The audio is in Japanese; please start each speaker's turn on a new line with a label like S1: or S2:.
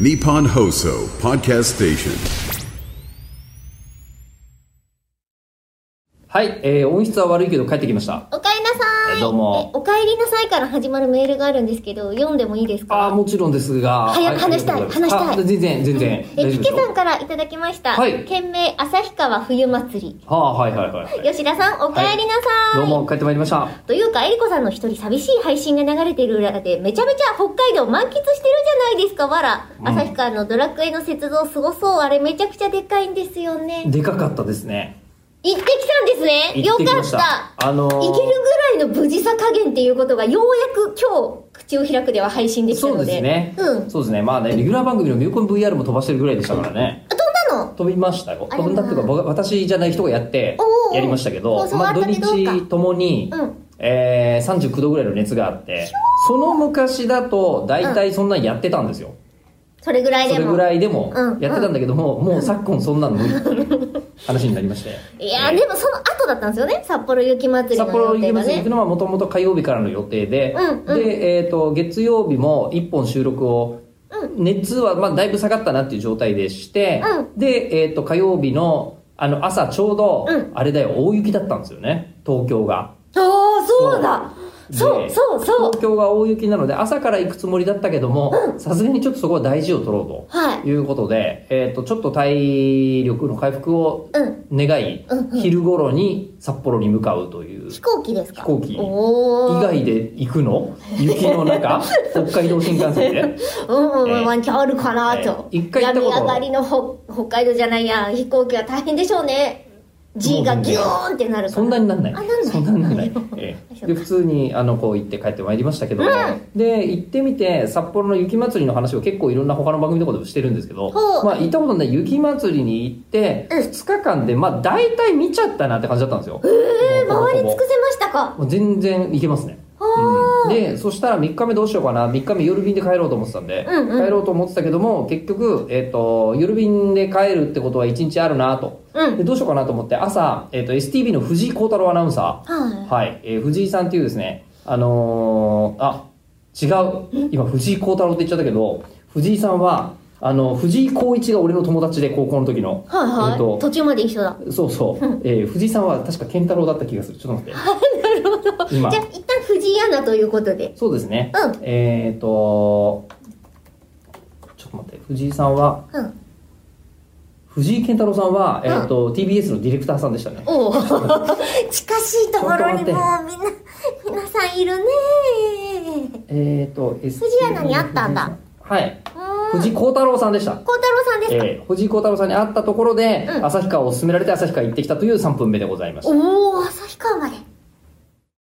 S1: Nippon Hoso Podcast Station.
S2: はい、えー、音質は悪いけど帰ってきました。
S3: おかえりなさーい。
S2: えどうも
S3: えおかえりなさいから始まるメールがあるんですけど、読んでもいいです
S2: ああ、
S3: か
S2: もちろんですが。
S3: 早く話したい
S2: ありがとうござます
S3: 話したい
S2: あ全然、全然。大
S3: え、
S2: 丈
S3: ピ
S2: 夫です
S3: ケ
S2: よ
S3: さんからいただきました。
S2: はい
S3: 県名、旭川冬祭
S2: はあ、はいはいはいはい。
S3: り。吉田さん、おかえりなさーい。
S2: どうも、帰ってまいりました。
S3: というか、えりこさんの一人寂しい配信が流れている裏で、めちゃめちゃ北海道満喫してるじゃないですか、わら。旭、川のドラクエの雪像すごそう。あれめちゃくちゃでかいんですよね。
S2: でかかったですね。
S3: 行ってきたんですね。
S2: 行
S3: よ
S2: ってき
S3: か
S2: ま
S3: っ
S2: した
S3: た。
S2: あのー
S3: 行けるぐらいの無事さ加減っていうことが、ようやく今日、口を開くでは配信できた
S2: そう
S3: ので。
S2: ですね。
S3: うん。
S2: そうですね。まあね、レギュラー番組のミューコン VR も飛ばしてるぐらいでしたからね。
S3: 飛んだの
S2: 飛びましたよ。
S3: あら
S2: 飛んだっていうか、僕私じゃない人がやって
S3: おうお、う
S2: やりましたけ
S3: そ
S2: ど
S3: う、そう
S2: まあ
S3: あった
S2: 土
S3: けどどうか
S2: 日ともに、
S3: うん
S2: えー、39度ぐらいの熱があって、その昔だと、大体そんなんやってたんですよ。
S3: それぐらいで
S2: そ
S3: も。
S2: れぐらいでも
S3: うん
S2: やってたんだけども、もう昨今そんなの無 理って話になりまして
S3: いやー、でもその後だったんですよね。札幌雪まつりの
S2: 札幌
S3: 予定
S2: 雪
S3: が
S2: まつり行
S3: ね
S2: く。のはもともと火曜日からの予定で、
S3: うんうん
S2: で、えっと月曜日も1本収録を、熱はまあだいぶ下がったなっていう状態でして、
S3: う
S2: で、えっと火曜日のあの朝ちょうど、
S3: うん
S2: あれだよ大雪だったんですよね東京が。
S3: ああ、そうだ。そう、
S2: で
S3: そう、そう。
S2: 東京が大雪なので朝から行くつもりだったけどもさすがにちょっとそこは大事を取ろ
S3: は
S2: うということで、えー、とちょっと体力の回復を
S3: うん
S2: 願い、
S3: うんうん
S2: 昼頃に札幌に向かうという
S3: 飛行機ですか
S2: 飛行機
S3: おー。
S2: 以外で行くの雪の 中北海道新幹線で
S3: うんうん
S2: えー
S3: うん、ワンチャンあるかなと。
S2: えー一回行ったこと
S3: 闇上がりのほ北海道じゃないや、飛行機は大変でしょうね。G がギューンってなるから。
S2: そんなになんない
S3: あ、なんない。、
S2: そんなになんないええで普通にあのこう行って帰ってまいりましたけども、で行ってみて札幌の雪まつりの話を結構いろんな他の番組のことをしてるんですけど、
S3: ほう
S2: まあ、行ったことない雪まつりに行って
S3: うん
S2: 2日間でまあ大体見ちゃったなって感じだったんですよ
S3: えー、
S2: ほぼほぼ
S3: 回り尽くせましたか。
S2: もう全然行けますね
S3: あー
S2: でそしたら3日目どうしようかな3日目夜便で帰ろうと思ってたんで、
S3: うんうん
S2: 帰ろうと思ってたけども結局、えっと夜便で帰るってことは1日あるなと、
S3: うん
S2: でどうしようかなと思って朝、えっと STV の藤井幸太郎アナウンサー、
S3: はい
S2: えー藤井さんっていうですねあのーあ違う今藤井幸太郎って言っちゃったけど藤井さんはあの藤井幸一が俺の友達で高校の時の、
S3: はいはい、
S2: えっと
S3: 途中まで一緒だ。
S2: そうそう、えー藤井さんは確か健太郎だった気がするちょっと待って 今
S3: じゃあ、一旦藤井アナということで。
S2: そうですね。
S3: うん
S2: えっ、と、ちょっと待って、藤井さんは、
S3: うん。
S2: 藤井健太郎さんは、
S3: ん
S2: えっ、と、TBS のディレクターさんでしたね。
S3: おお近しいところにもうみんな
S2: 本
S3: 皆さんいるね
S2: えっ、と、藤
S3: 井アナに会ったんだ。
S2: はい。
S3: うーん
S2: 藤井幸太郎さんでした。
S3: 孝太郎さんですか、
S2: えー藤井幸太郎さんに会ったところで、
S3: うん
S2: 旭川を勧められて旭川行ってきたという3分目でございました。
S3: おお旭川まで